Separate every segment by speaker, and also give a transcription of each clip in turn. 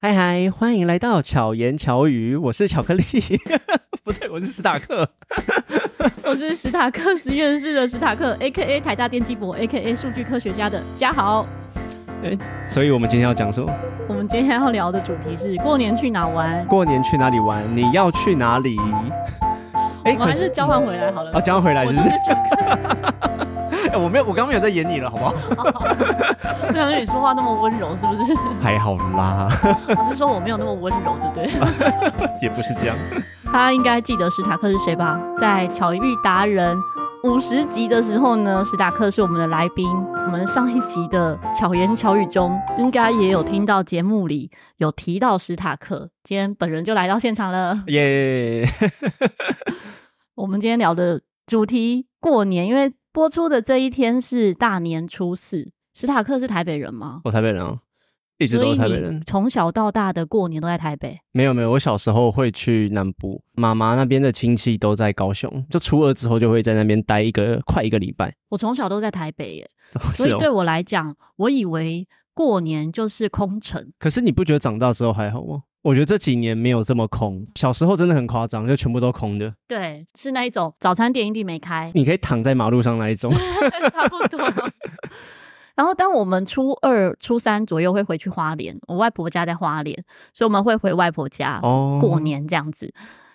Speaker 1: 嗨嗨，欢迎来到巧言巧语，我是巧克力， 不对，我是史塔克。
Speaker 2: 我是史塔克实验室的史塔克，A K A 台大电机博，A K A 数据科学家的嘉豪。
Speaker 1: 所以我们今天要讲什么？
Speaker 2: 我们今天要聊的主题是过年去哪玩？
Speaker 1: 过年去哪里玩？你要去哪里？哎、
Speaker 2: 我们还是交换回来好了。
Speaker 1: 啊，讲回来
Speaker 2: 我
Speaker 1: 就，
Speaker 2: 就是是讲，
Speaker 1: 哎、我没有，我刚刚没有在演你了，好不好？
Speaker 2: 我想说你说话那么温柔，是不是？
Speaker 1: 还好啦，
Speaker 2: 我是说我没有那么温柔，对不对？
Speaker 1: 也不是这样。
Speaker 2: 他应该记得史塔克是谁吧？在巧遇达人五十集的时候呢，史塔克是我们的来宾。我们上一集的巧言巧语中，应该也有听到节目里有提到史塔克。今天本人就来到现场了。
Speaker 1: 耶、
Speaker 2: 我们今天聊的主题过年，因为播出的这一天是大年初四。史塔克是台北人吗？
Speaker 1: 我台北人啊，一直
Speaker 2: 所
Speaker 1: 都
Speaker 2: 以
Speaker 1: 是台北
Speaker 2: 你
Speaker 1: 人。
Speaker 2: 从小到大的过年都在台北，
Speaker 1: 没有没有，我小时候会去南部，妈妈那边的亲戚都在高雄，就初二之后就会在那边待一个快一个礼拜。
Speaker 2: 我从小都在台北耶，所
Speaker 1: 是
Speaker 2: 以
Speaker 1: 哦
Speaker 2: 对我来讲，我以为过年就是空城，
Speaker 1: 可是你不觉得长大之后还好吗？我觉得这几年没有这么空，小时候真的很夸张，就全部都空的，，
Speaker 2: 对，是那一种早餐店一定没开
Speaker 1: 你可以躺在马路上那一种。
Speaker 2: 差不多。 然后，当我们初二、初三左右会回去花莲，我外婆家在花莲，所以我们会回外婆家。
Speaker 1: 哦
Speaker 2: 过年这样子。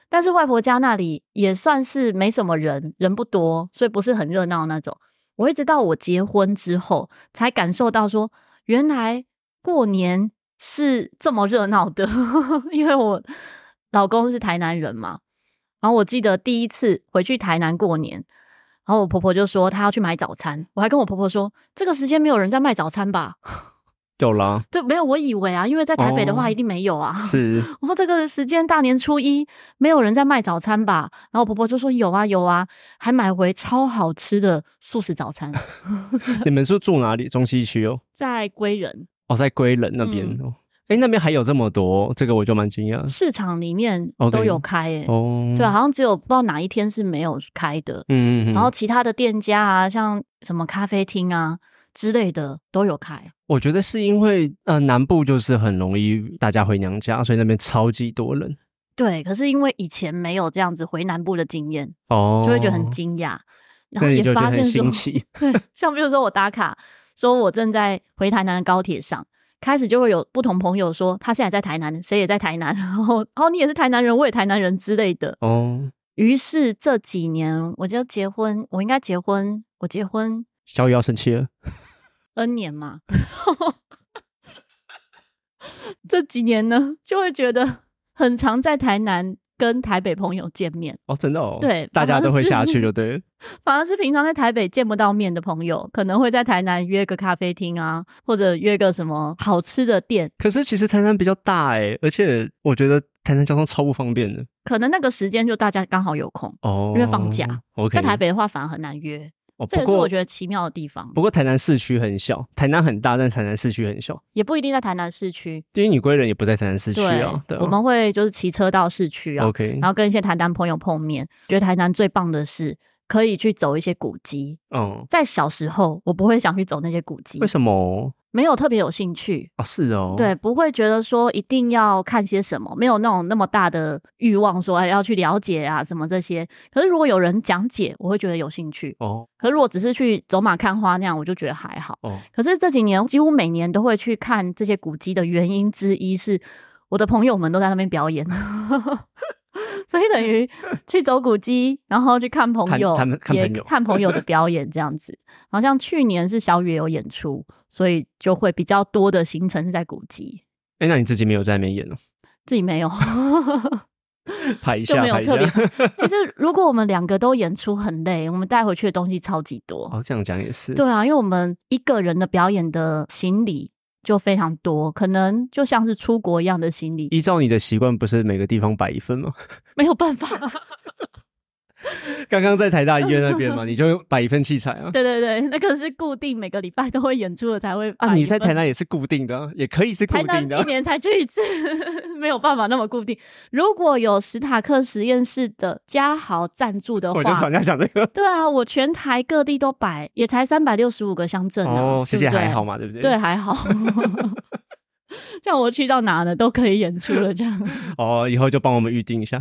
Speaker 2: 但是外婆家那里也算是没什么人，人不多，所以不是很热闹那种。我一直到我结婚之后，才感受到说，原来过年是这么热闹的。 因为我老公是台南人嘛，然后我记得第一次回去台南过年，然后我婆婆就说她要去买早餐，我还跟我婆婆说，这个时间没有人在卖早餐吧？
Speaker 1: 有啦，
Speaker 2: 对，没有，我以为啊，因为在台北的
Speaker 1: 哦
Speaker 2: 话一定没有啊。
Speaker 1: 是
Speaker 2: 我说这个时间大年初一没有人在卖早餐吧？然后我婆婆就说有啊有啊，还买回超好吃的素食早餐，
Speaker 1: 你们是住哪里？中西区哦，
Speaker 2: 在归仁
Speaker 1: 哦，在归仁那边
Speaker 2: 嗯
Speaker 1: 哦。哎、那边还有这么多，这个我就蛮惊讶的
Speaker 2: 市场里面
Speaker 1: OK
Speaker 2: 都有开诶、
Speaker 1: 嗯哦。
Speaker 2: 对啊，，好像只有不知道哪一天是没有开的，
Speaker 1: 嗯嗯嗯。
Speaker 2: 然后其他的店家啊，像什么咖啡厅啊之类的都有开。
Speaker 1: 我觉得是因为呃南部就是很容易大家回娘家，所以那边超级多人
Speaker 2: 对，可是因为以前没有这样子回南部的经验，
Speaker 1: 哦，
Speaker 2: 就会觉得很，惊讶，然
Speaker 1: 那
Speaker 2: 后
Speaker 1: 你
Speaker 2: 也
Speaker 1: 就觉得
Speaker 2: 发现
Speaker 1: 很
Speaker 2: 说
Speaker 1: 新奇
Speaker 2: 像比如说我打卡，说我正在回台南的高铁上，开始就会有不同朋友说他现在在台南，谁也在台南，然后哦你也是台南人，我也台南人之类的。
Speaker 1: 哦。
Speaker 2: 于是这几年我就结婚，我应该结婚，我结婚
Speaker 1: 小雨要生气了，
Speaker 2: N 年嘛， 这几年呢就会觉得很常在台南跟台北朋友见面，
Speaker 1: 哦，真的哦，
Speaker 2: 对
Speaker 1: 大家都会
Speaker 2: 反
Speaker 1: 下
Speaker 2: 而是
Speaker 1: 去就对了。
Speaker 2: 反而是平常在台北见不到面的朋友，可能会在台南约个咖啡厅啊，或者约个什么好吃的店。
Speaker 1: 可是其实台南比较大哎、而且我觉得台南交通超不方便的
Speaker 2: 可能那个时间就大家刚好有空，
Speaker 1: 哦
Speaker 2: 因为放假。
Speaker 1: OK，
Speaker 2: 在台、北的话反而很难约，
Speaker 1: 哦、
Speaker 2: 这
Speaker 1: 不
Speaker 2: 也是我
Speaker 1: 过
Speaker 2: 觉得奇妙的地方，
Speaker 1: 不过台南市区很小，台南很大，但台南市区很小。
Speaker 2: 也不一定在台南市区。
Speaker 1: 因为你归人也不在台南市区
Speaker 2: 对
Speaker 1: 啊，对啊
Speaker 2: 我们会就是骑车到市区啊
Speaker 1: OK
Speaker 2: 然后跟一些台南朋友碰面。觉得台南最棒的是可以去走一些古迹，
Speaker 1: 嗯，
Speaker 2: 在小时候我不会想去走那些古迹
Speaker 1: 为，什么
Speaker 2: 没有特别有兴趣。
Speaker 1: 啊？是哦，
Speaker 2: 对，不会觉得说一定要看些什么，没有那种那么大的欲望说哎要去了解啊什么这些。可是如果有人讲解，我会觉得有兴趣。
Speaker 1: 哦
Speaker 2: 可是如果只是去走马看花那样，我就觉得还好。
Speaker 1: 哦，
Speaker 2: 可是这几年几乎每年都会去看这些古迹的原因之一是，我的朋友们都在那边表演， 所以等于去走古迹，然后去看朋友，
Speaker 1: 看他们看
Speaker 2: 也
Speaker 1: 朋友
Speaker 2: 看朋 友的表演这样子。好像去年是小雨有演出，所以就会比较多的行程是在古迹，
Speaker 1: 哎、那你自己没有在那边演哦，
Speaker 2: 自己没有。
Speaker 1: 拍一
Speaker 2: 就
Speaker 1: 下，
Speaker 2: 没有
Speaker 1: 拍一下
Speaker 2: 特。别其实，如果我们两个都演出很累，我们带回去的东西超级多。
Speaker 1: 哦，这样讲也是，
Speaker 2: 对啊，因为我们一个人的表演的行李就非常多，可能就像是出国一样的行李，
Speaker 1: 依照你的习惯，不是每个地方摆一份吗？
Speaker 2: 没有办法。
Speaker 1: 刚刚在台大医院那 边嘛，你就摆一份器材啊。
Speaker 2: 对对对，那个是固定每个礼拜都会演出的才会
Speaker 1: 啊，
Speaker 2: 摆
Speaker 1: 你
Speaker 2: 一
Speaker 1: 在
Speaker 2: 份
Speaker 1: 台。南也是固定的啊、也可以是固
Speaker 2: 台南
Speaker 1: 定的啊、
Speaker 2: 一年才去一次， 没有办法那么固定。如果有史塔克实验室的嘉豪赞助的
Speaker 1: 我就
Speaker 2: 话
Speaker 1: 想，要讲这个。
Speaker 2: 对啊，我全台各地都摆，也才三百六十五个乡镇啊
Speaker 1: 哦，谢谢，
Speaker 2: 对不 对
Speaker 1: 还好嘛，对不对？
Speaker 2: 对，还好。这样我去到哪呢都可以演出了。这样，
Speaker 1: 哦，以后就帮我们预定一下。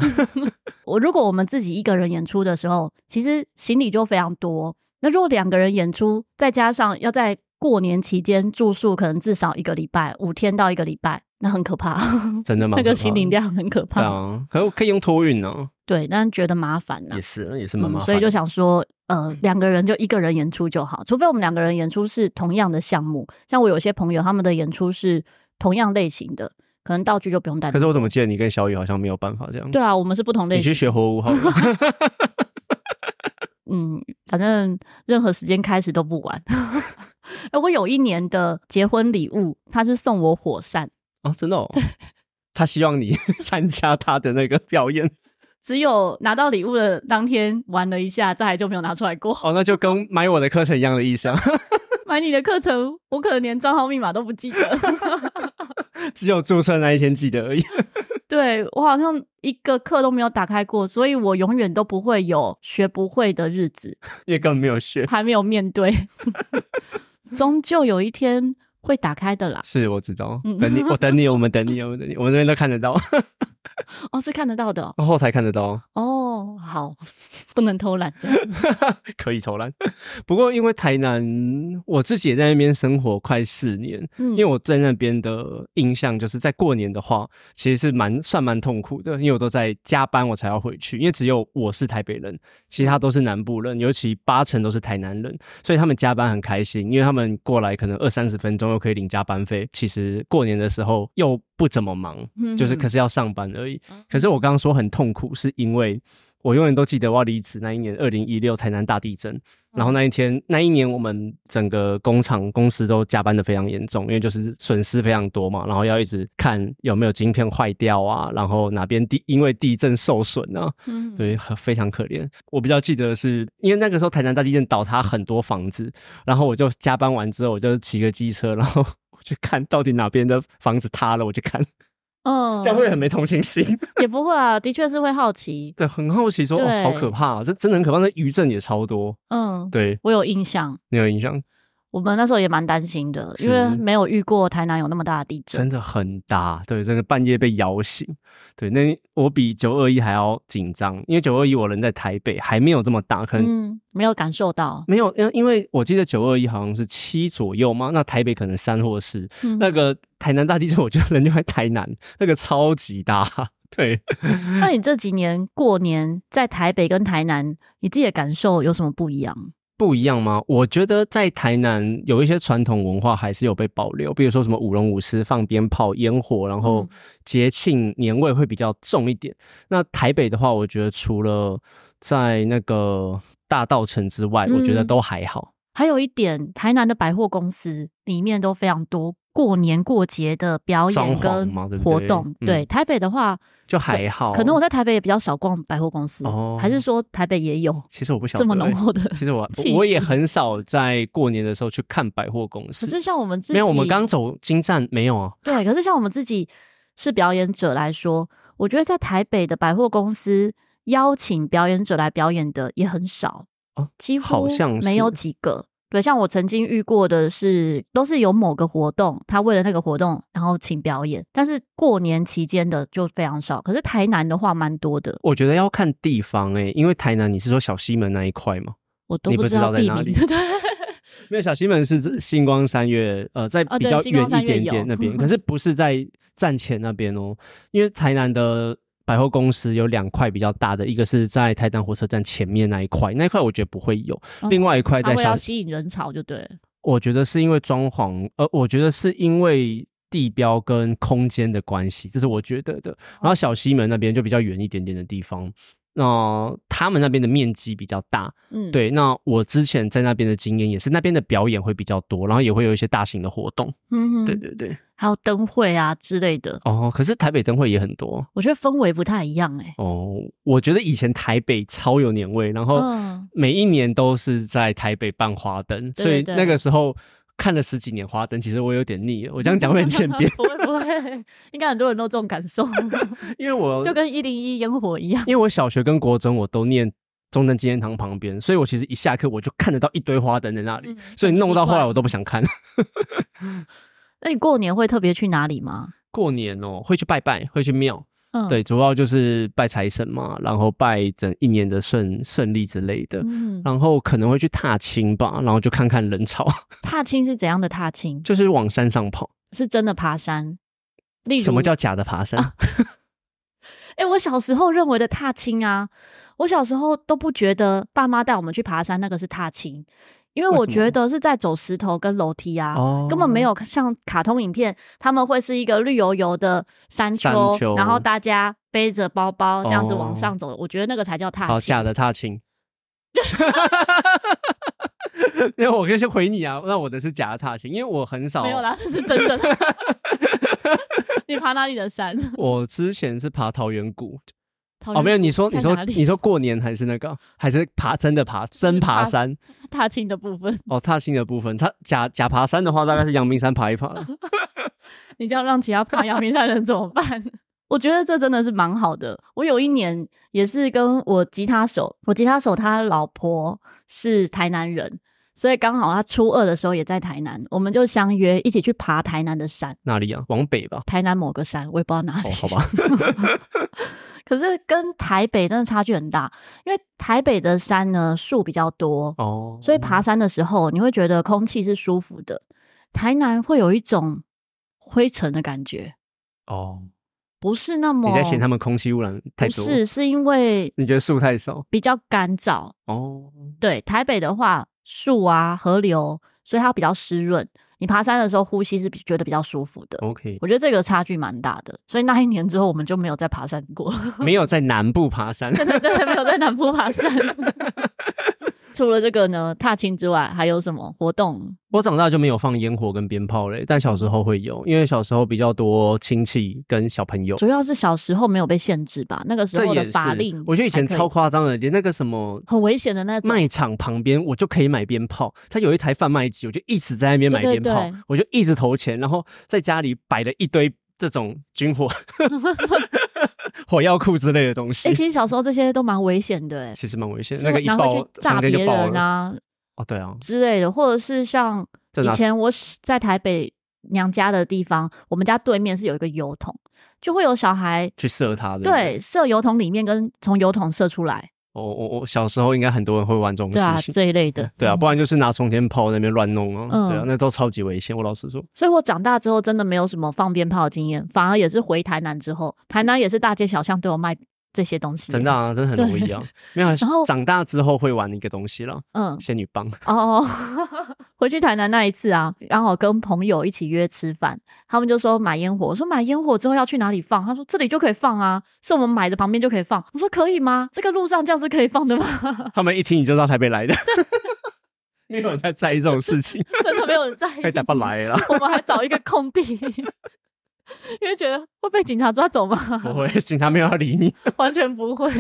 Speaker 2: 我如果我们自己一个人演出的时候，其实行李就非常多。那如果两个人演出，再加上要在过年期间住宿，可能至少一个礼拜，五天到一个礼拜，那很可怕。
Speaker 1: 真的吗？
Speaker 2: 那个行李量很可
Speaker 1: 对
Speaker 2: 怕，
Speaker 1: 啊，可可以用托运哦，
Speaker 2: 对，但觉得麻烦呐、
Speaker 1: 也是也是蛮麻烦
Speaker 2: 嗯
Speaker 1: 的、
Speaker 2: 所以就想说，呃，两个人就一个人演出就好，除非我们两个人演出是同样的项目。像我有些朋友，他们的演出是同样类型的，可能道具就不用带
Speaker 1: 可。是我怎么记得你跟小雨好像没有办法这样？
Speaker 2: 对啊，我们是不同类
Speaker 1: 你去
Speaker 2: 型。
Speaker 1: 学火舞好了。
Speaker 2: 嗯，反正任何时间开始都不晚。 哎我有一年的结婚礼物，他是送我火扇，
Speaker 1: 啊，真的、哦，他希望你 参加他的那个表演
Speaker 2: 只有拿到礼物的当天玩了一下，再来就没有拿出来过。
Speaker 1: 哦，那就跟买我的课程一样的意思啊，
Speaker 2: 买你的课程，我可能连账号密码都不记得。
Speaker 1: 只有注册那一天记得而已。
Speaker 2: 对我好像一个课都没有打开过，所以我永远都不会有学不会的日子，
Speaker 1: 也根本没有学。
Speaker 2: 还没有面对， 终究有一天会打开的啦。
Speaker 1: 是我知道
Speaker 2: 嗯，
Speaker 1: 等你，我等你，我们等你，我们等你，我们这边都看得到，
Speaker 2: 哦，是看得到的哦
Speaker 1: 后台看得到，
Speaker 2: 哦。好，不能偷懒这样。
Speaker 1: 可以投篮。 不过因为台南，我自己也在那边生活快四年，
Speaker 2: 嗯
Speaker 1: 因为我在那边的印象就是在过年的话，其实是蛮算蛮痛苦的，因为我都在加班我才要回去，因为只有我是台北人，其他都是南部人，尤其八成都是台南人，所以他们加班很开心，因为他们过来可能二三十分钟又可以领加班费。其实过年的时候又不怎么忙，
Speaker 2: 嗯
Speaker 1: 就是可是要上班而已。可是我刚刚说很痛苦，是因为我永远都记得我要离职那一年，二零一六台南大地
Speaker 2: 嗯
Speaker 1: 震。然后那一天，那一年我们整个工厂公司都加班的非常严重，因为就是损失非常多嘛，然后要一直看有没有晶片坏掉啊，然后哪边地因为地震受损啊，
Speaker 2: 嗯
Speaker 1: 对，很非常可怜。我比较记得的是，因为那个时候台南大地震倒塌很多房子，然后我就加班完之后，我就骑个机车，然后 我去看到底哪边的房子塌了，我去看，
Speaker 2: 嗯
Speaker 1: 这样会很没同情心。
Speaker 2: 也不会啊，的确是会好奇。
Speaker 1: 对，很好奇说，哦，好
Speaker 2: 对
Speaker 1: 可怕、啊，这真的很可怕。那余震也超多，
Speaker 2: 嗯，
Speaker 1: 对
Speaker 2: 我有印象，
Speaker 1: 你有印象？
Speaker 2: 我们那时候也蛮担心的，因为
Speaker 1: 是
Speaker 2: 没有遇过台南有那么大的地震。
Speaker 1: 真的很大，对，真的半夜被摇醒，对，那我比九二一还要紧张，因为九二一我人在台北，还没有这么大，可能
Speaker 2: 嗯，没有感受 到。
Speaker 1: 没有，因为因为我记得九二一好像是七左右嘛，那台北可能三或四，
Speaker 2: 嗯
Speaker 1: 那个台南大地震，我觉得人就在台南，那个超级大， 对，
Speaker 2: 那你这几年过年在台北跟台南，你自己的感受有什么不一样？
Speaker 1: 不一样吗？我觉得在台南有一些传统文化还是有被保留，比如说什么舞龙舞狮、放鞭炮、烟火，然后
Speaker 2: 嗯
Speaker 1: 节庆年味会比较重一点。那台北的话，我觉得除了在那个大道城之外，我觉得
Speaker 2: 嗯
Speaker 1: 都还好。
Speaker 2: 还有一点，台南的百货公司里面都非常多过年过节的表
Speaker 1: 装
Speaker 2: 演
Speaker 1: 潢
Speaker 2: 跟
Speaker 1: 嘛对不对
Speaker 2: 活动。
Speaker 1: 嗯
Speaker 2: 台北的话，
Speaker 1: 就还好，
Speaker 2: 可能我在台北也比较少逛百货公司，
Speaker 1: 哦
Speaker 2: 还是说台北也有
Speaker 1: 其实我不晓得
Speaker 2: 这么浓
Speaker 1: 欸
Speaker 2: 厚的？
Speaker 1: 其实我
Speaker 2: 气
Speaker 1: 我也
Speaker 2: 息
Speaker 1: 很少在过年的时候去看百货公
Speaker 2: 可
Speaker 1: 司，
Speaker 2: 是像我们自己，
Speaker 1: 没有，我们刚走金站没有啊，
Speaker 2: 对，可是像我们自己是表演者来说，我觉得在台北的百货公司邀请表演者来表演的也很少，
Speaker 1: 哦
Speaker 2: 几乎
Speaker 1: 好像
Speaker 2: 没有
Speaker 1: 是
Speaker 2: 几个。对，像我曾经遇过的是，都是有某个活动，他为了那个活动，然后请表演，但是过年期间的就非常少。可是台南的话，蛮多的，
Speaker 1: 我觉得要看地方诶、因为台南你是说小西门那一块吗？
Speaker 2: 我都
Speaker 1: 你不
Speaker 2: 知
Speaker 1: 知
Speaker 2: 道
Speaker 1: 道在
Speaker 2: 地
Speaker 1: 哪
Speaker 2: 名。
Speaker 1: 里
Speaker 2: 对， 啊
Speaker 1: 没有，小西门是这星光三月，呃，在
Speaker 2: 哦
Speaker 1: 比
Speaker 2: 对
Speaker 1: 较
Speaker 2: 星
Speaker 1: 远
Speaker 2: 光三
Speaker 1: 一
Speaker 2: 月
Speaker 1: 点
Speaker 2: 有
Speaker 1: 点那 边，可是不是在站前那边哦，因为台南的百货公司有两块比较大的，一个是在台南火车站前面那一块，那一块我觉得不会有，
Speaker 2: 哦
Speaker 1: 另外一块
Speaker 2: 他
Speaker 1: 在
Speaker 2: 为
Speaker 1: 小
Speaker 2: 要，吸引人潮，就对了。
Speaker 1: 我觉得是因为装潢，呃，我觉得是因为。地标跟空间的关系，这是我觉得
Speaker 2: 哦
Speaker 1: 的。然后小西门那边就比较远一点点的地方，那、他们那边的面积比较大，
Speaker 2: 嗯，，
Speaker 1: 对，那我之前在那边的经验也是，那边的表演会比较多，然后也会有一些大型的活动。
Speaker 2: 嗯哼，
Speaker 1: 对对。
Speaker 2: 还有灯会啊之类的，
Speaker 1: 哦，可是台北灯会也很多
Speaker 2: 我觉得氛围不太一样哎、
Speaker 1: 哦。我觉得以前台北超有年味，然后
Speaker 2: 嗯，
Speaker 1: 每一年都是在台北办花灯，
Speaker 2: 对
Speaker 1: 所以
Speaker 2: 对，
Speaker 1: 那个时候看了十几年花灯，其实我有点腻了。我这样讲会很欠扁
Speaker 2: 不会不会，应该很多人都这种感 受，
Speaker 1: 因为我
Speaker 2: 就跟一零一烟火一样。
Speaker 1: 因为我小学跟国中我都念中正纪念堂旁边，所以我其实一
Speaker 2: 嗯
Speaker 1: 下课我就看得到一堆花灯在那里，所以弄到后来我都不想看。
Speaker 2: 那你过年会特别去哪里吗？
Speaker 1: 过年哦、会去拜拜，会去庙，
Speaker 2: 嗯，
Speaker 1: 对，主要就是拜财神嘛，然后拜整一年的胜胜利之类的，
Speaker 2: 嗯，
Speaker 1: 然后可能会去踏青吧，然后就看看人潮，
Speaker 2: 踏青是怎样的踏青？
Speaker 1: 就是往山上跑。
Speaker 2: 是真的爬山？例如啊
Speaker 1: 什么叫假的爬山？
Speaker 2: 哎、我小时候认为的踏青啊，我小时候都不觉得爸妈带我们去爬山那个是踏青，因为
Speaker 1: 为
Speaker 2: 我
Speaker 1: 什
Speaker 2: 觉
Speaker 1: 么
Speaker 2: 得是在走石头跟楼梯啊，
Speaker 1: 哦
Speaker 2: 根本没有像卡通影片他们会是一个绿油油的山丘，
Speaker 1: 山丘
Speaker 2: 然后大家背着包包这样子
Speaker 1: 哦
Speaker 2: 往上走，我觉得那个才叫踏
Speaker 1: 好
Speaker 2: 青。
Speaker 1: 假的踏青。 因为我可以先回你啊，那我的是假的踏青，因为我很少
Speaker 2: 没有啦，这是真 的啦。 你爬哪里的山？
Speaker 1: 我之前是爬桃源谷
Speaker 2: 桃
Speaker 1: 哦，没有
Speaker 2: 园
Speaker 1: 你说
Speaker 2: 在
Speaker 1: 你说
Speaker 2: 哪里
Speaker 1: 你说过年还是那个啊还是爬真的爬真爬
Speaker 2: 爬
Speaker 1: 山
Speaker 2: 踏青的部分，
Speaker 1: 哦，踏青的部分，它假假爬山的话，大概是阳明山爬一爬了。
Speaker 2: 你这样让其他爬阳明山的人怎么办？ 我觉得这真的是蛮好的。我有一年也是跟我吉他手，我吉他手他老婆是台南人，所以刚好他初二的时候也在台南，我们就相约一起去爬台南的山，
Speaker 1: 哪里啊？往北 吧。
Speaker 2: 台南某个山，我也不知道哪里。
Speaker 1: 哦，好吧，
Speaker 2: 可是跟台北真的差距很大，因为台北的山呢树比较多，
Speaker 1: 哦，
Speaker 2: 所以爬山的时候你会觉得空气是舒服的。台南会有一种灰尘的感觉，
Speaker 1: 哦，
Speaker 2: 不是那么
Speaker 1: 你在嫌他们空气污染太
Speaker 2: 不
Speaker 1: 多？
Speaker 2: 是，是因为
Speaker 1: 你觉得树太少？
Speaker 2: 比较干燥。
Speaker 1: 哦，
Speaker 2: 对，台北的话，树啊、河流，所以它比较湿润。你爬山的时候，呼吸是比觉得比较舒服的。
Speaker 1: OK，
Speaker 2: 我觉得这个差距蛮大的，所以那一年之后，我们就没有再爬山过了。
Speaker 1: 没有在南部爬山。
Speaker 2: 真的真的没有在南部爬山。 除了这个呢，踏青之外，还有什么活动？
Speaker 1: 我长大就没有放烟火跟鞭炮嘞，但小时候会有，因为小时候比较多亲戚跟小朋友。
Speaker 2: 主要是小时候没有被限制吧，那个时
Speaker 1: 这
Speaker 2: 候的
Speaker 1: 也是
Speaker 2: 法令，，
Speaker 1: 我觉得以前超夸张的，连那个什么
Speaker 2: 很危险的那种。
Speaker 1: 卖场旁边我就可以买鞭炮，他有一台贩卖机，我就一直在那边买
Speaker 2: 对对
Speaker 1: 鞭炮，
Speaker 2: 对
Speaker 1: 我就一直投钱，然后在家里摆了一堆这种军火、 火药库之类的东西
Speaker 2: 哎、，其实小时候这些都蛮危险的、哎，
Speaker 1: 其实蛮危险，
Speaker 2: 是
Speaker 1: 那个一
Speaker 2: 拿回
Speaker 1: 爆
Speaker 2: 去炸
Speaker 1: 房间
Speaker 2: 别
Speaker 1: 就爆
Speaker 2: 人
Speaker 1: 了。
Speaker 2: 啊
Speaker 1: 哦，对啊，
Speaker 2: 之类的，或者是像
Speaker 1: 这
Speaker 2: 以
Speaker 1: 哪
Speaker 2: 前我是在台北娘家的地方，我们家对面是有一个油桶，就会有小孩
Speaker 1: 去射他的。
Speaker 2: 对射油桶里面跟从油桶射出来，
Speaker 1: 我我我小时候应该很多人会玩这种
Speaker 2: 对啊
Speaker 1: 事情。
Speaker 2: 这一类的，
Speaker 1: 对啊，
Speaker 2: 嗯
Speaker 1: 不然就是拿冲天炮在那边乱弄啊，
Speaker 2: 嗯
Speaker 1: 对啊，那都超级危险。我老实说，
Speaker 2: 所以我长大之后真的没有什么放鞭炮的经验，反而也是回台南之后，台南也是大街小巷都有卖这些东西，
Speaker 1: 真的，啊，真的很容易啊。没有啊，
Speaker 2: 然后
Speaker 1: 长大之后会玩一个东西了，
Speaker 2: 嗯，
Speaker 1: 仙女棒。
Speaker 2: 哦， 回去台南那一次啊，刚好跟朋友一起约吃饭，他们就说买烟火，我说买烟火之后要去哪里放？他说这里就可以放啊，是我们买的旁边就可以放。我说可以吗？这个路上这样是可以放的吗？
Speaker 1: 他们一听你就知道台北来的， 没有人在在意这种事 情，
Speaker 2: 真的没有人在意
Speaker 1: 台，北来了，
Speaker 2: 我们还找一个空地， 因为觉得会被警察抓走吗？
Speaker 1: 不会，警察没有要理你。
Speaker 2: 完全不会。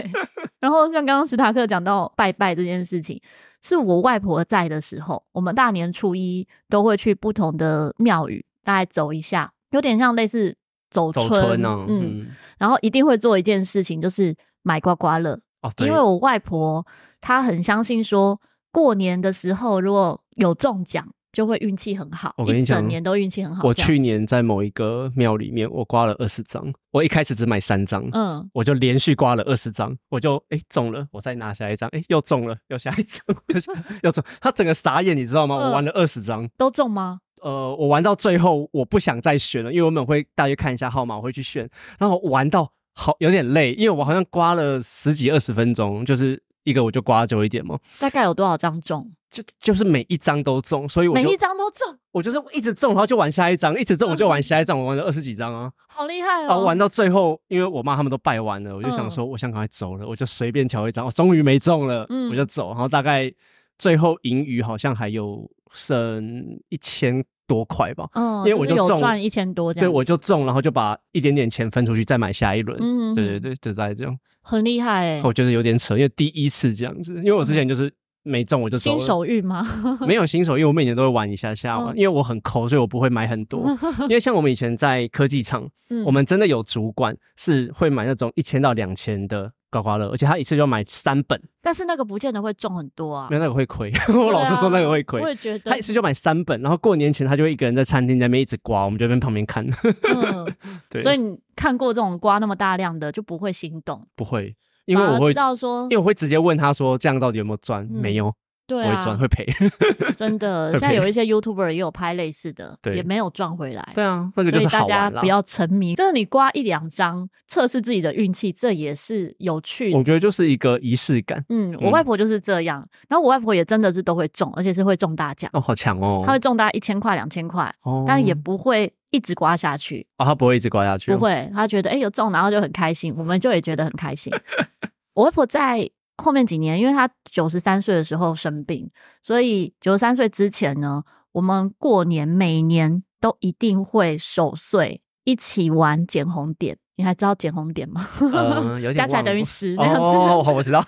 Speaker 2: 然后像刚刚史塔克讲到拜拜这件事情，是我外婆在的时候，我们大年初一都会去不同的庙宇，大概走一下，有点像类似 走
Speaker 1: 走
Speaker 2: 村
Speaker 1: 村呢，
Speaker 2: 嗯，
Speaker 1: 嗯，
Speaker 2: 然后一定会做一件事情，就是买刮刮乐，
Speaker 1: 哦，对
Speaker 2: 因为，我外婆她很相信说，过年的时候如果有中奖。就会运气很好，
Speaker 1: 我跟
Speaker 2: 一
Speaker 1: 你讲
Speaker 2: 整年都运气很好。
Speaker 1: 我，去年在某一个庙里面，我刮了二十张，我一开始只买三张。
Speaker 2: 嗯，
Speaker 1: 我就连续刮了二十张，我就哎、中了，我再拿下一张，哎、又中了，又下一张， 又下又中，他整个傻眼，你知道吗？
Speaker 2: 嗯
Speaker 1: 我玩了二十张，
Speaker 2: 都中吗？
Speaker 1: 呃，我玩到最后我不想再选了，因为我们会大约看一下号码，我会去选，然后我玩到好有点累，因为我好像刮了十几二十分钟，就是一个我就刮久一点嘛，
Speaker 2: 大概有多少张中？
Speaker 1: 就就是每一张都中，所以我
Speaker 2: 每
Speaker 1: 就
Speaker 2: 一张都中，
Speaker 1: 我就是一直中，然后就玩下一张，一直中我就
Speaker 2: 嗯
Speaker 1: 玩下一张，我玩了二十几张啊。
Speaker 2: 好厉害哦！
Speaker 1: 然后玩到最后，因为我妈他们都拜完了，我就
Speaker 2: 嗯
Speaker 1: 想说，我想赶快走了，我就随便挑一张，我哦终于没中了，
Speaker 2: 嗯
Speaker 1: 我就走。然后大概最后盈余好像还有剩一千多块吧，
Speaker 2: 嗯，
Speaker 1: 因为我
Speaker 2: 是
Speaker 1: 就
Speaker 2: 有
Speaker 1: 中
Speaker 2: 赚一千多这样
Speaker 1: 对
Speaker 2: 子，
Speaker 1: 我就中，然后就把一点点钱分出去，再买下一轮。
Speaker 2: 嗯，
Speaker 1: 对对，对，就大概这样。
Speaker 2: 很厉害哎、
Speaker 1: 我觉得有点扯，因为第一次这样子，因为我之前就是没中我就走
Speaker 2: 嗯新
Speaker 1: 了。
Speaker 2: 手运吗？
Speaker 1: 没有新手，因为我每年都会玩一下下嘛，
Speaker 2: 嗯
Speaker 1: 因为我很抠，所以我不会买很 多。因为像我们以前在科技厂，
Speaker 2: 嗯
Speaker 1: 我们真的有主管是会买那种一千到两千的刮刮乐，而且他一次就买三本，
Speaker 2: 但是那个不见得会中很多啊
Speaker 1: 没。有那个会亏。 我老
Speaker 2: 对
Speaker 1: 是
Speaker 2: 啊
Speaker 1: 说那个会亏
Speaker 2: 我。也觉得
Speaker 1: 他一，次就买三本，然后过年前他就会一个人在餐厅在那边一直刮，我们就在那边旁边看。
Speaker 2: 嗯，
Speaker 1: 对，
Speaker 2: 所以你看过这种瓜那么大量的，就不会心动，
Speaker 1: 不会，因为我
Speaker 2: 反而
Speaker 1: 会
Speaker 2: 知，道说
Speaker 1: 因为，我会直接问他说这样到底有没有赚？
Speaker 2: 嗯
Speaker 1: 没有，不
Speaker 2: 对
Speaker 1: 会赚，
Speaker 2: 啊，
Speaker 1: 会赔。
Speaker 2: 真的，
Speaker 1: 会
Speaker 2: 现在
Speaker 1: 赔
Speaker 2: 有一些 YouTuber 也有拍类似的，
Speaker 1: 对
Speaker 2: 也没有赚回来。
Speaker 1: 对啊， 那个就
Speaker 2: 所以
Speaker 1: 是
Speaker 2: 大
Speaker 1: 好
Speaker 2: 家
Speaker 1: 玩啦
Speaker 2: 不。要沉迷，真的，你刮一两张测试自己的运气，这也是有趣
Speaker 1: 我
Speaker 2: 的。
Speaker 1: 觉得就是一个仪式感。
Speaker 2: 嗯，我
Speaker 1: 嗯
Speaker 2: 外婆就是这样，然后我外婆也真的是都会中，而且是会中大奖，
Speaker 1: 哦，好强哦！
Speaker 2: 她会中大概一千块、两千块，
Speaker 1: 哦，
Speaker 2: 但也不会一直刮下去，
Speaker 1: 哦，他不会一直刮下去，
Speaker 2: 不。会，她觉得哎、诶有中，然后就很开心，我们就也觉得很开心。 我外婆在后面几年，因为她九十三岁的时候生病，所以九十三岁之前呢，我们过年每年都一定会守岁，一起玩捡红点。你还知道捡红点吗？
Speaker 1: 嗯有点
Speaker 2: 加起来
Speaker 1: 忘了
Speaker 2: 等于十那样子。
Speaker 1: 哦，好我 知道。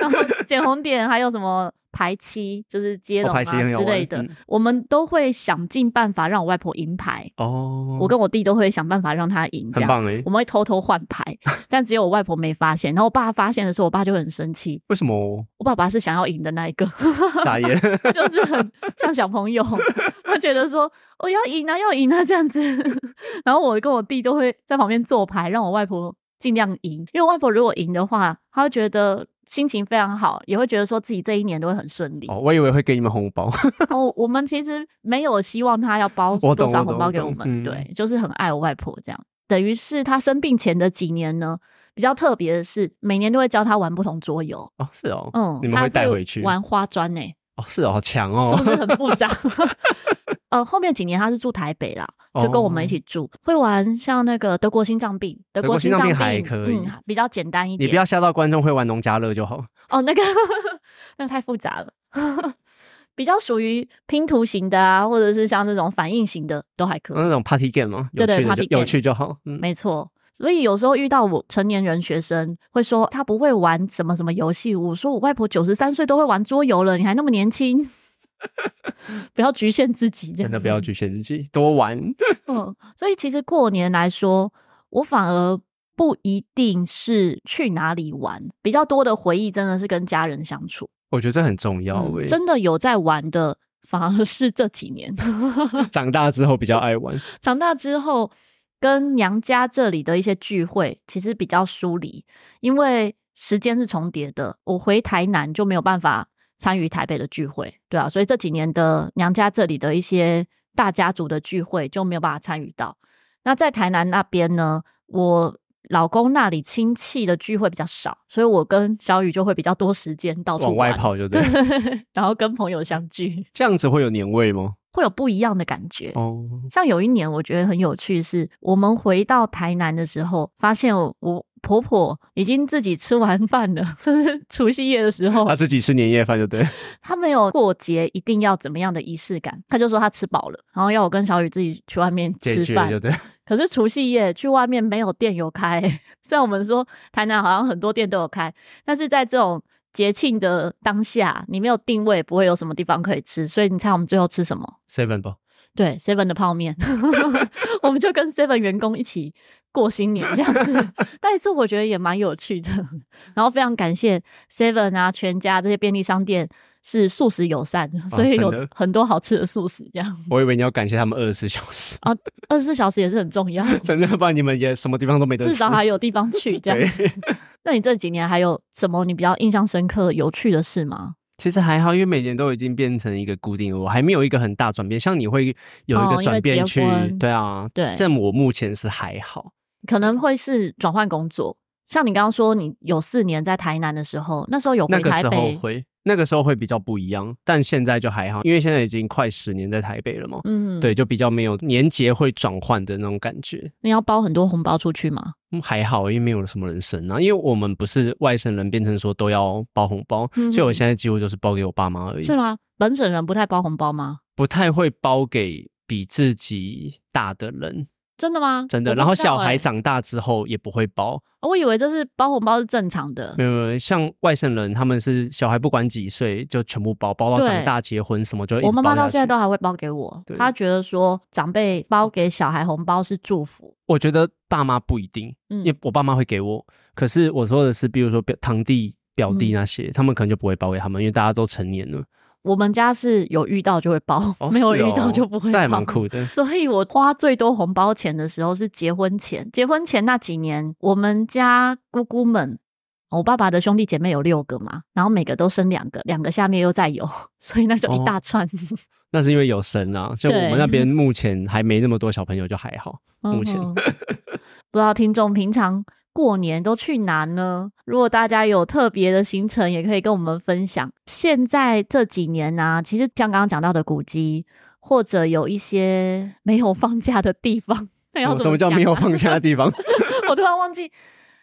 Speaker 2: 然后捡红点还有什么排七，就是接龙
Speaker 1: 哦
Speaker 2: 啊
Speaker 1: 排七很
Speaker 2: 之
Speaker 1: 好玩
Speaker 2: 类的，
Speaker 1: 嗯
Speaker 2: 我们都会想尽办法让我外婆赢牌。
Speaker 1: 哦，
Speaker 2: 我跟我弟都会想办法让她赢，这
Speaker 1: 很
Speaker 2: 样
Speaker 1: 棒哎
Speaker 2: 我。们会偷偷换 牌，但只有我外婆没发现。然后我爸发现的时候，我爸就很生气。
Speaker 1: 为什么
Speaker 2: 我爸爸是想要赢的那一个，
Speaker 1: 眨眼？
Speaker 2: 他就是很像小朋友，他觉得说我要赢啊，要赢啊这样子。 然后我跟我弟都会在旁边做牌，让我外婆尽量赢，因为我外婆如果赢的话，她会觉得心情非常好，也会觉得说自己这一年都会很顺利。
Speaker 1: 哦，我以为会给你们红包。
Speaker 2: 哦，我们其实没有希望她要包
Speaker 1: 我懂
Speaker 2: 多少
Speaker 1: 我懂
Speaker 2: 红包
Speaker 1: 我
Speaker 2: 给我
Speaker 1: 懂
Speaker 2: 们，
Speaker 1: 嗯
Speaker 2: 对，就是很爱我外婆这样。等于是她生病前的几年呢，比较特别的是，每年都会教她玩不同桌游。
Speaker 1: 哦，是哦，
Speaker 2: 嗯，
Speaker 1: 你们
Speaker 2: 她
Speaker 1: 会带回去？
Speaker 2: 玩花砖呢、
Speaker 1: 哦，是哦，好强哦，
Speaker 2: 是不是很复杂？ 呃，后面几年他是住台北啦，
Speaker 1: 哦
Speaker 2: 就跟我们一起住，会玩像那个德国心脏病，德
Speaker 1: 国心
Speaker 2: 脏
Speaker 1: 脏
Speaker 2: 病
Speaker 1: 病还可以
Speaker 2: 嗯，比较简单一
Speaker 1: 你
Speaker 2: 点。
Speaker 1: 不要吓到观众会玩农家乐就好。
Speaker 2: 哦，那个 那个太复杂了， 比较属于拼图型的啊，或者是像这种反应型的都还可以，
Speaker 1: 那种 party game 嘛，有
Speaker 2: 对对
Speaker 1: 趣的
Speaker 2: party
Speaker 1: 就
Speaker 2: game
Speaker 1: 有趣就好。嗯，
Speaker 2: 没错。所以有时候遇到我成年人学生会说他不会玩什么什么游戏，我说我外婆九十三岁都会玩桌游了，你还那么年轻， 不要局限自己，这样
Speaker 1: 真的不要局限自己，多玩。
Speaker 2: 嗯，所以其实过年来说，我反而不一定是去哪里玩，比较多的回忆真的是跟家人相处。
Speaker 1: 我觉得这很重要欸
Speaker 2: 嗯
Speaker 1: 诶。
Speaker 2: 真的有在玩的，反而是这几年
Speaker 1: 长大之后比较爱玩。
Speaker 2: 长大之后，跟娘家这里的一些聚会其实比较疏离，因为时间是重叠的。我回台南就没有办法参与台北的聚会，对啊，所以这几年的娘家这里的一些大家族的聚会就没有办法参与到。那在台南那边呢，我老公那里亲戚的聚会比较少，所以我跟小雨就会比较多时间到处
Speaker 1: 往外
Speaker 2: 玩，
Speaker 1: 跑就对
Speaker 2: 对
Speaker 1: 了，，
Speaker 2: 然后跟朋友相聚，
Speaker 1: 这样子会有年味吗？
Speaker 2: 会有不一样的感觉。
Speaker 1: 哦，
Speaker 2: 像有一年，我觉得很有趣是，我们回到台南的时候，发现我我婆婆已经自己吃完饭了， 就是除夕夜的时候
Speaker 1: 他，自己吃年夜饭就对，
Speaker 2: 她没有过节一定要怎么样的仪式感，她就说她吃饱了，然后要我跟小雨自己去外面
Speaker 1: 解
Speaker 2: 吃
Speaker 1: 决
Speaker 2: 饭
Speaker 1: 就。对。
Speaker 2: 可是除夕夜去外面没有店有开、 虽然我们说台南好像很多店都有开，但是在这种节庆的当下，你没有定位，不会有什么地方可以吃，所以你猜我们最后吃什么？
Speaker 1: seven 吧，
Speaker 2: 对 Seven 的泡面， 我们就跟 Seven 员工一起过新年这样子。 那一次我觉得也蛮有趣的，然后非常感谢 Seven 啊、全家这些便利商店是素食友善，所以有
Speaker 1: 啊真的
Speaker 2: 很多好吃的素食 这样。
Speaker 1: 我以为你要感谢他们二十四小时，
Speaker 2: 二十四小时也是很重要，
Speaker 1: 真的，不然你们也什么地方都没得吃。
Speaker 2: 至少还有地方去这样。
Speaker 1: 对，
Speaker 2: 那你这几年还有什么你比较印象深刻、有趣的事吗？
Speaker 1: 其实还好，因为每年都已经变成一个固定，我还没有一个很大转变。像你会有一
Speaker 2: 哦因
Speaker 1: 个
Speaker 2: 为
Speaker 1: 转变
Speaker 2: 结
Speaker 1: 去，
Speaker 2: 婚
Speaker 1: 对啊，
Speaker 2: 对
Speaker 1: 像我目前是还好，
Speaker 2: 可能会是转换工作。像你刚刚说，你有四年在台南的时候，那时候有
Speaker 1: 那
Speaker 2: 回
Speaker 1: 个
Speaker 2: 台
Speaker 1: 时候
Speaker 2: 北，
Speaker 1: 会，那个时候会比较不一样，但现在就还好，因为现在已经快十年在台北了嘛，
Speaker 2: 嗯，，
Speaker 1: 对，就比较没有年节会转换的那种感觉。
Speaker 2: 你要包很多红包出去吗？
Speaker 1: 嗯，还好，因为没有什么人生啊，因为我们不是外省人，变成说都要包红包，
Speaker 2: 嗯
Speaker 1: 所以我现在几乎就是包给我爸妈而已，
Speaker 2: 是吗？本省人不太包红包吗？
Speaker 1: 不太会包给比自己大的人。
Speaker 2: 真的吗？
Speaker 1: 真的。
Speaker 2: 我不
Speaker 1: 然后
Speaker 2: 知道
Speaker 1: 小孩
Speaker 2: 欸
Speaker 1: 长大之后也不会包，
Speaker 2: 我以为这是包红包是正常的
Speaker 1: 没，有没有，像外省人他们是小孩不管几岁就全部包，包到
Speaker 2: 对
Speaker 1: 长大结婚什么就一直
Speaker 2: 我妈妈
Speaker 1: 包下
Speaker 2: 到现在
Speaker 1: 去
Speaker 2: 都还会包给我
Speaker 1: 对，
Speaker 2: 她觉得说长辈包给小孩红包是祝福，
Speaker 1: 我觉得爸妈不一定，
Speaker 2: 嗯
Speaker 1: 因为我爸妈会给我，可是我说的是，比如说表堂弟、表
Speaker 2: 嗯
Speaker 1: 弟那些，他们可能就不会包给他们，因为大家都成年了。
Speaker 2: 我们家是有遇到就会包，
Speaker 1: 哦
Speaker 2: 没有
Speaker 1: 是哦
Speaker 2: 遇到就不会包。
Speaker 1: 这还蛮酷的。
Speaker 2: 所以我花最多红包钱的时候是结婚前，结婚前那几年，我们家姑姑们，我爸爸的兄弟姐妹有六个嘛，然后每个都生两个，两个下面又再有，所以那
Speaker 1: 哦
Speaker 2: 就一大串。
Speaker 1: 那是因为有神啊，像我
Speaker 2: 对
Speaker 1: 们那边目前还没那么多小朋友，就还好。目前
Speaker 2: 嗯哼 不知道听众平常过年都去哪呢？如果大家有特别的行程，也可以跟我们分享。现在这几年呢、啊，其实像刚刚讲到的古迹，或者有一些没有放假的地方， 那
Speaker 1: 什
Speaker 2: 要
Speaker 1: 么
Speaker 2: 怎
Speaker 1: 什么叫
Speaker 2: 讲啊
Speaker 1: 没有放假的地方？
Speaker 2: 我突然忘记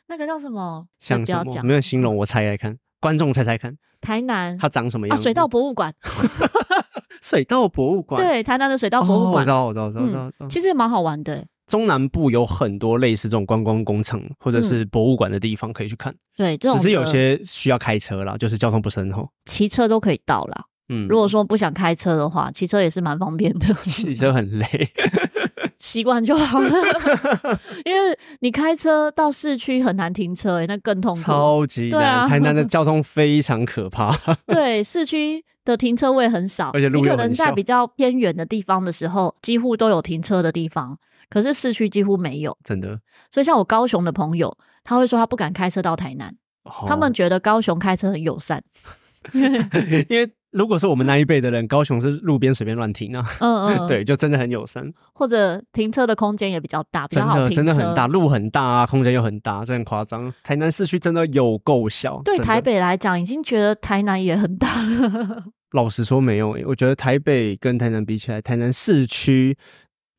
Speaker 2: 那个叫什么，先
Speaker 1: 像
Speaker 2: 不
Speaker 1: 什
Speaker 2: 要
Speaker 1: 么？
Speaker 2: 讲
Speaker 1: 没有形容，我猜猜看，观众猜猜看，
Speaker 2: 台南
Speaker 1: 它长什么
Speaker 2: 啊
Speaker 1: 样子？
Speaker 2: 水稻博物馆，
Speaker 1: 水稻博物馆，
Speaker 2: 对，台南的水稻
Speaker 1: 哦，
Speaker 2: 博物
Speaker 1: 我
Speaker 2: 馆
Speaker 1: 知，道，我知道，我知道，我知道
Speaker 2: 嗯。，其实也蛮好玩的。
Speaker 1: 中南部有很多类似这种观光工厂或者是博物馆的地方可以去看，
Speaker 2: 对，嗯这种
Speaker 1: 只是有
Speaker 2: 的
Speaker 1: 些需要开车啦，就是交通不是很好。
Speaker 2: 骑车都可以到啦。
Speaker 1: 嗯，
Speaker 2: 如果说不想开车的话，骑车也是蛮方便的，
Speaker 1: 骑 车很累，
Speaker 2: 习惯就好 了。因为你开车到市区很难停车、欸，那更痛苦。
Speaker 1: 超级
Speaker 2: 对
Speaker 1: 难。
Speaker 2: 啊
Speaker 1: 台南的交通非常可怕，
Speaker 2: 对，市区的停车位很少，
Speaker 1: 而且路
Speaker 2: 你
Speaker 1: 又
Speaker 2: 可
Speaker 1: 很
Speaker 2: 能
Speaker 1: 小
Speaker 2: 在比较偏远的地方的时候，几乎都有停车的地方，可是市区几乎没有。
Speaker 1: 真的。
Speaker 2: 所以像我高雄的朋友，他会说他不敢开车到台南，
Speaker 1: 哦
Speaker 2: 他们觉得高雄开车很 友善。
Speaker 1: 因为如果是我们那一辈的人，高雄是路边随便乱停啊，
Speaker 2: 嗯嗯，，
Speaker 1: 对，就真的很友善，
Speaker 2: 或者停车的空间也比较大，比
Speaker 1: 真
Speaker 2: 较好
Speaker 1: 的
Speaker 2: 停车。
Speaker 1: 真的很大，。路很大啊，空间又很大，这很夸张。台南市区真的有够小，
Speaker 2: 对
Speaker 1: 真的
Speaker 2: 台。北来讲，已经觉得台南也很大了。
Speaker 1: 老实说，没有欸、我觉得台北跟台南比起来，台南市区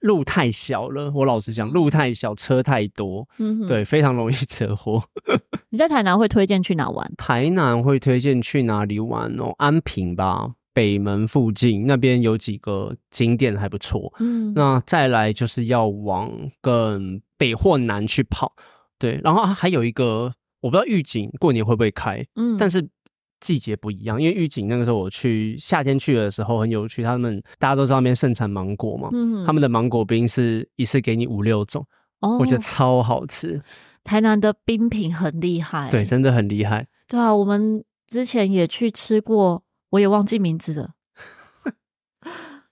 Speaker 1: 路太小了。我老实讲，路太小，车太多，
Speaker 2: 嗯哼，
Speaker 1: 对，非常容易 车祸。
Speaker 2: 你在台南会推荐去哪玩？
Speaker 1: 台南会推荐去哪里玩哦？安平吧，北门附近那边有几个景点还不错。
Speaker 2: 嗯，
Speaker 1: 那再来就是要往更北或南去跑，对。然后啊还有一个，我不知道预警过年会不会开，
Speaker 2: 嗯
Speaker 1: 但是季节不一样，因为预警那个时候我去夏天去的时候很有趣，他们大家都知道那边盛产芒果嘛，
Speaker 2: 嗯
Speaker 1: 他们的芒果冰是一次给你五六种，
Speaker 2: 哦，
Speaker 1: 我觉得超好吃，
Speaker 2: 台南的冰品很厉害。
Speaker 1: 对，真的很厉害。
Speaker 2: 对啊，我们之前也去吃过，我也忘记名 字了。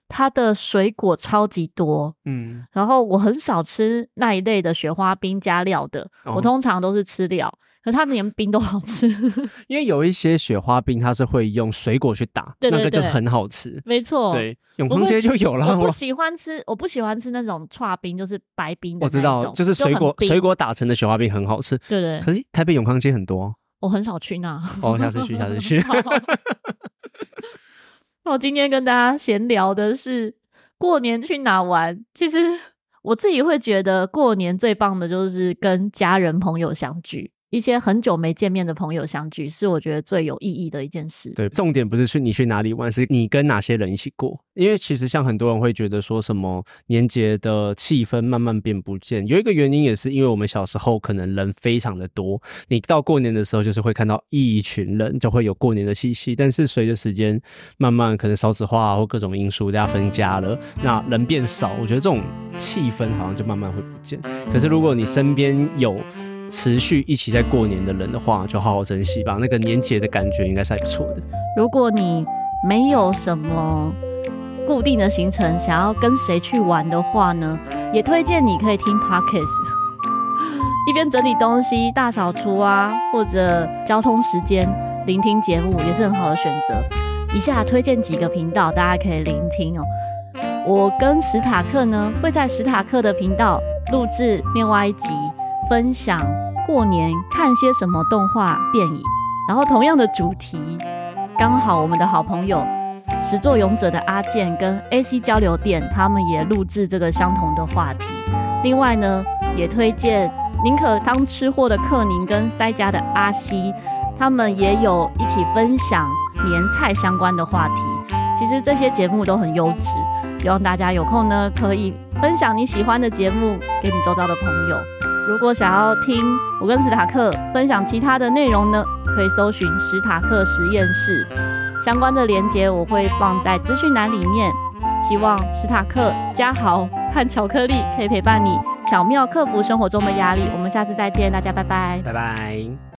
Speaker 2: 它的水果超级多，
Speaker 1: 嗯，
Speaker 2: 然后我很少吃那一类的雪花冰加料的，
Speaker 1: 哦
Speaker 2: 我通常都是吃料，可是他们连冰都好吃，
Speaker 1: 因为有一些雪花冰它是会用水果去打，
Speaker 2: 对对
Speaker 1: 那个就是
Speaker 2: 对
Speaker 1: 很好吃。
Speaker 2: 没错。，
Speaker 1: 对，永康街就有了。
Speaker 2: 我不
Speaker 1: 我
Speaker 2: 喜欢吃，我不喜欢吃那种串冰，就是白冰的
Speaker 1: 我知
Speaker 2: 那一
Speaker 1: 道，
Speaker 2: 种
Speaker 1: 就是水果
Speaker 2: 很冰
Speaker 1: 水果打成的雪花冰很好吃，
Speaker 2: 对对，
Speaker 1: 可是台北永康街很 多
Speaker 2: 我很少去那。
Speaker 1: 哦，下次去下次去。
Speaker 2: 好那我今天跟大家闲聊的是过年去哪玩。其实我自己会觉得过年最棒的就是跟家人朋友相聚，一些很久没见面的朋友相聚，是我觉得最有意义的一件事。
Speaker 1: 对，重点不是去你去哪里玩，是你跟哪些人一起过。因为其实像很多人会觉得说什么年节的气氛慢慢变不见，有一个原因也是因为我们小时候可能人非常的多，你到过年的时候就是会看到一群人，就会有过年的气息。但是随着时间慢慢可能少子化、或各种因素大家分家了，那人变少，我觉得这种气氛好像就慢慢会不见。可是如果你身边有持续一起在过年的人的话，就好好珍惜吧。那个年节的感觉应该是还不错的。
Speaker 2: 如果你没有什么固定的行程，想要跟谁去玩的话呢，也推荐你可以听 Podcast，一边整理东西、大扫除啊，或者交通时间聆听节目，也是很好的选择。以下推荐几个频道，大家可以聆听哦。我跟史塔克呢，会在史塔克的频道录制另外一集，分享过年看些什么动画电影，然后同样的主题，刚好我们的好朋友始作俑者的阿健跟 AC 交流店，他们也录制这个相同的话题。另外呢，也推荐宁可当吃货的克宁跟塞家的阿西，他们也有一起分享年菜相关的话题。其实这些节目都很优质，希望大家有空呢可以分享你喜欢的节目给你周遭的朋友。如果想要听我跟史塔克分享其他的内容呢，可以搜寻史塔克实验室相关的连接，我会放在资讯栏里面。希望史塔克、嘉豪和巧克力可以陪伴你，巧妙克服生活中的压力。我们下次再见，大家拜拜。
Speaker 1: 拜拜。